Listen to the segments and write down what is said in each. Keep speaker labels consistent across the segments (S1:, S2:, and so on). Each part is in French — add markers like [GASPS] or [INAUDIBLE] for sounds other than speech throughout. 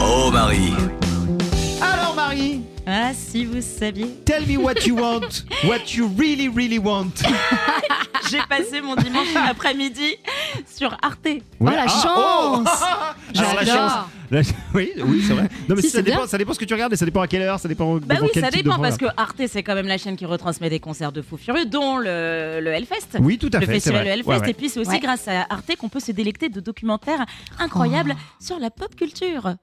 S1: Oh Marie
S2: Alors Marie,
S3: Ah, si vous saviez.
S2: tell me what you want, what you really really want.
S3: J'ai passé mon dimanche après-midi sur Arte.
S2: Ouais,
S4: Ah, la
S2: oh. [LAUGHS]
S4: chance.
S2: Alors, la
S4: J'adore.
S2: chance. La- [LAUGHS] oui, oui, c'est vrai. Non mais
S4: Si,
S2: ça
S4: c'est
S2: dépend,
S4: bien.
S2: ça dépend ce que tu regardes et ça dépend à quelle heure, ça dépend
S3: Bah
S2: devant
S3: oui,
S2: quel
S3: ça
S2: type de
S3: dépend parce que
S2: programme.
S3: Arte, c'est quand même la chaîne qui retransmet des concerts de fous furieux, dont le, le Hellfest.
S2: Oui, tout à
S3: Le
S2: fait, c'est
S3: festival
S2: vrai.
S3: Hellfest.
S2: Ouais, ouais.
S3: Et puis, c'est aussi
S4: Ouais.
S3: grâce à Arte qu'on peut se délecter de documentaires incroyables sur la pop culture.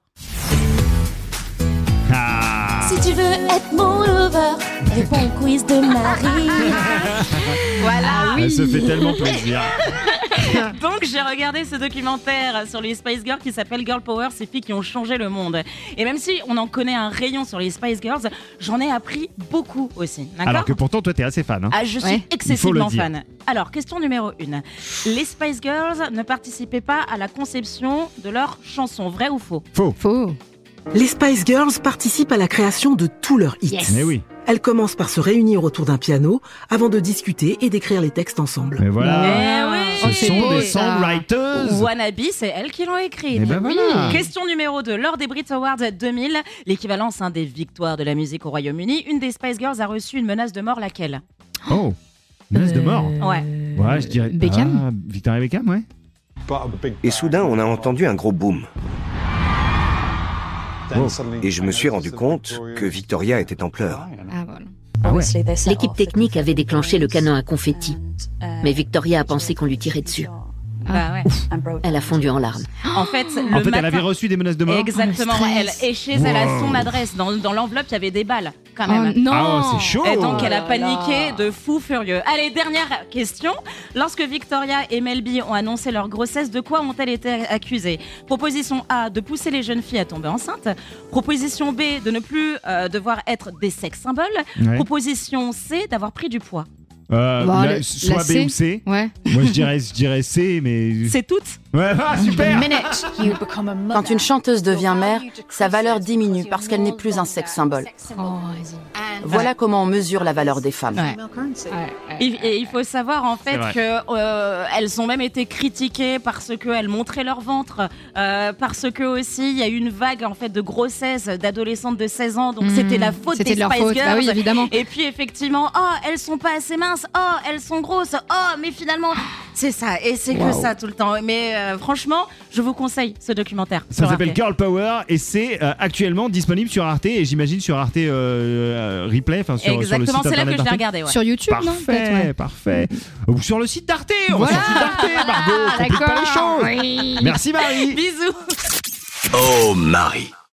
S2: Ah.
S5: Si tu veux être mon lover, réponds au quiz de Marie.
S3: Voilà.
S2: Elle se fait tellement plaisir.
S3: Donc j'ai regardé ce documentaire sur les Spice Girls qui s'appelle Girl Power, ces filles qui ont changé le monde. Et même si on en connaît un rayon sur les Spice Girls, j'en ai appris beaucoup aussi. D'accord
S2: Alors que pourtant toi t'es assez fan. hein.
S3: Ah, je suis
S4: Ouais.
S3: excessivement
S2: Il faut le
S3: fan. Alors, question numéro 1. Les Spice Girls ne participaient pas à la conception de leurs chansons, vrai ou faux
S4: Faux.
S6: Les Spice Girls participent à la création de tous leurs hits.
S4: Yes.
S2: Mais oui,
S6: Elles commencent par se réunir autour d'un piano avant de discuter et d'écrire les textes ensemble.
S2: mais voilà.
S3: Eh
S2: Ah,
S3: oui.
S2: Ce
S4: c'est
S2: sont
S4: beau,
S2: des
S4: ça.
S2: songwriters.
S3: Wannabe, c'est elles qui l'ont écrit.
S2: Eh ben voilà.
S3: Question numéro 2. Lors des Brit Awards 2000, l'équivalence hein, des victoires de la musique au Royaume-Uni, une des Spice Girls a reçu une menace de mort, laquelle
S2: Oh, menace de mort.
S3: Ouais.
S2: Ouais, je dirais.
S4: Euh, Beckham
S2: Ah, Victoria Beckham, ouais.
S7: Et soudain, on a entendu un gros boom.
S2: Oh.
S7: Et je me suis rendu compte que Victoria était en pleurs.
S4: Ah, voilà.
S8: L'équipe technique avait déclenché le canon à confetti, mais Victoria a pensé qu'on lui tirait dessus.
S2: [GASPS]
S3: Bah ouais.
S8: Elle a fondu en larmes.
S3: En fait, le
S2: Ah. En fait,
S3: matin...
S2: elle avait reçu des menaces de mort. Ah,
S3: Exactement,
S4: Oh, le
S3: elle.
S4: stress.
S3: Et chez elle, à
S2: Wow.
S3: son adresse, dans, dans l'enveloppe, il y avait des balles, quand
S4: Oh,
S3: même.
S4: non.
S2: Ah, ouais, c'est chaud.
S3: Et donc elle a
S4: Oh là là.
S3: paniqué de fou furieux. Allez, dernière question. Lorsque Victoria et Melby ont annoncé leur grossesse, de quoi ont-elles été accusées Proposition A, de pousser les jeunes filles à tomber enceintes. Proposition B, de ne plus euh, devoir être des sexes symboles.
S2: Ouais.
S3: Proposition C, d'avoir pris du poids.
S2: Euh,
S4: Bon,
S2: la-
S4: le-
S2: soit
S4: la
S2: B
S4: C.
S2: ou C.
S4: Ouais.
S2: Moi, je dirais, je dirais C, mais.
S3: C'est toutes
S2: Ouais, ah, super.
S9: Quand une chanteuse devient mère, sa valeur diminue parce qu'elle n'est plus un sexe symbole.
S4: Oh, vas-y.
S9: Voilà comment on mesure la valeur des femmes.
S4: Ouais. Ouais, ouais,
S3: Et, et il
S4: euh,
S3: faut savoir en fait
S2: vrai.
S3: que euh, elles ont même été critiquées parce qu'elles montraient leur ventre, euh, parce que aussi il y a eu une vague en fait de grossesse d'adolescentes de 16 ans, donc
S4: Mmh.
S3: c'était la faute
S4: C'était
S3: des
S4: de leur
S3: Spice
S4: faute.
S3: Girls.
S4: Bah oui, évidemment.
S3: Et puis effectivement, oh elles sont pas assez minces, oh elles sont grosses, oh mais finalement c'est ça et c'est que ça tout le temps. Mais euh, franchement, je vous conseille ce documentaire.
S2: Ça
S3: sur
S2: s'appelle
S3: Arte.
S2: Girl Power et c'est euh, actuellement disponible sur Arte et j'imagine sur Arte euh, euh, Replay, enfin sur, sur le site
S3: Exactement, c'est là que
S2: internet
S3: je l'ai
S2: d'Arte.
S3: regardé. ouais.
S4: Sur YouTube, non
S2: Parfait, parfait. Ou sur le site d'Arte. on va sur le site d'Arte, Margot.
S4: D'accord.
S2: Merci Marie.
S3: Bisous.
S1: Oh Marie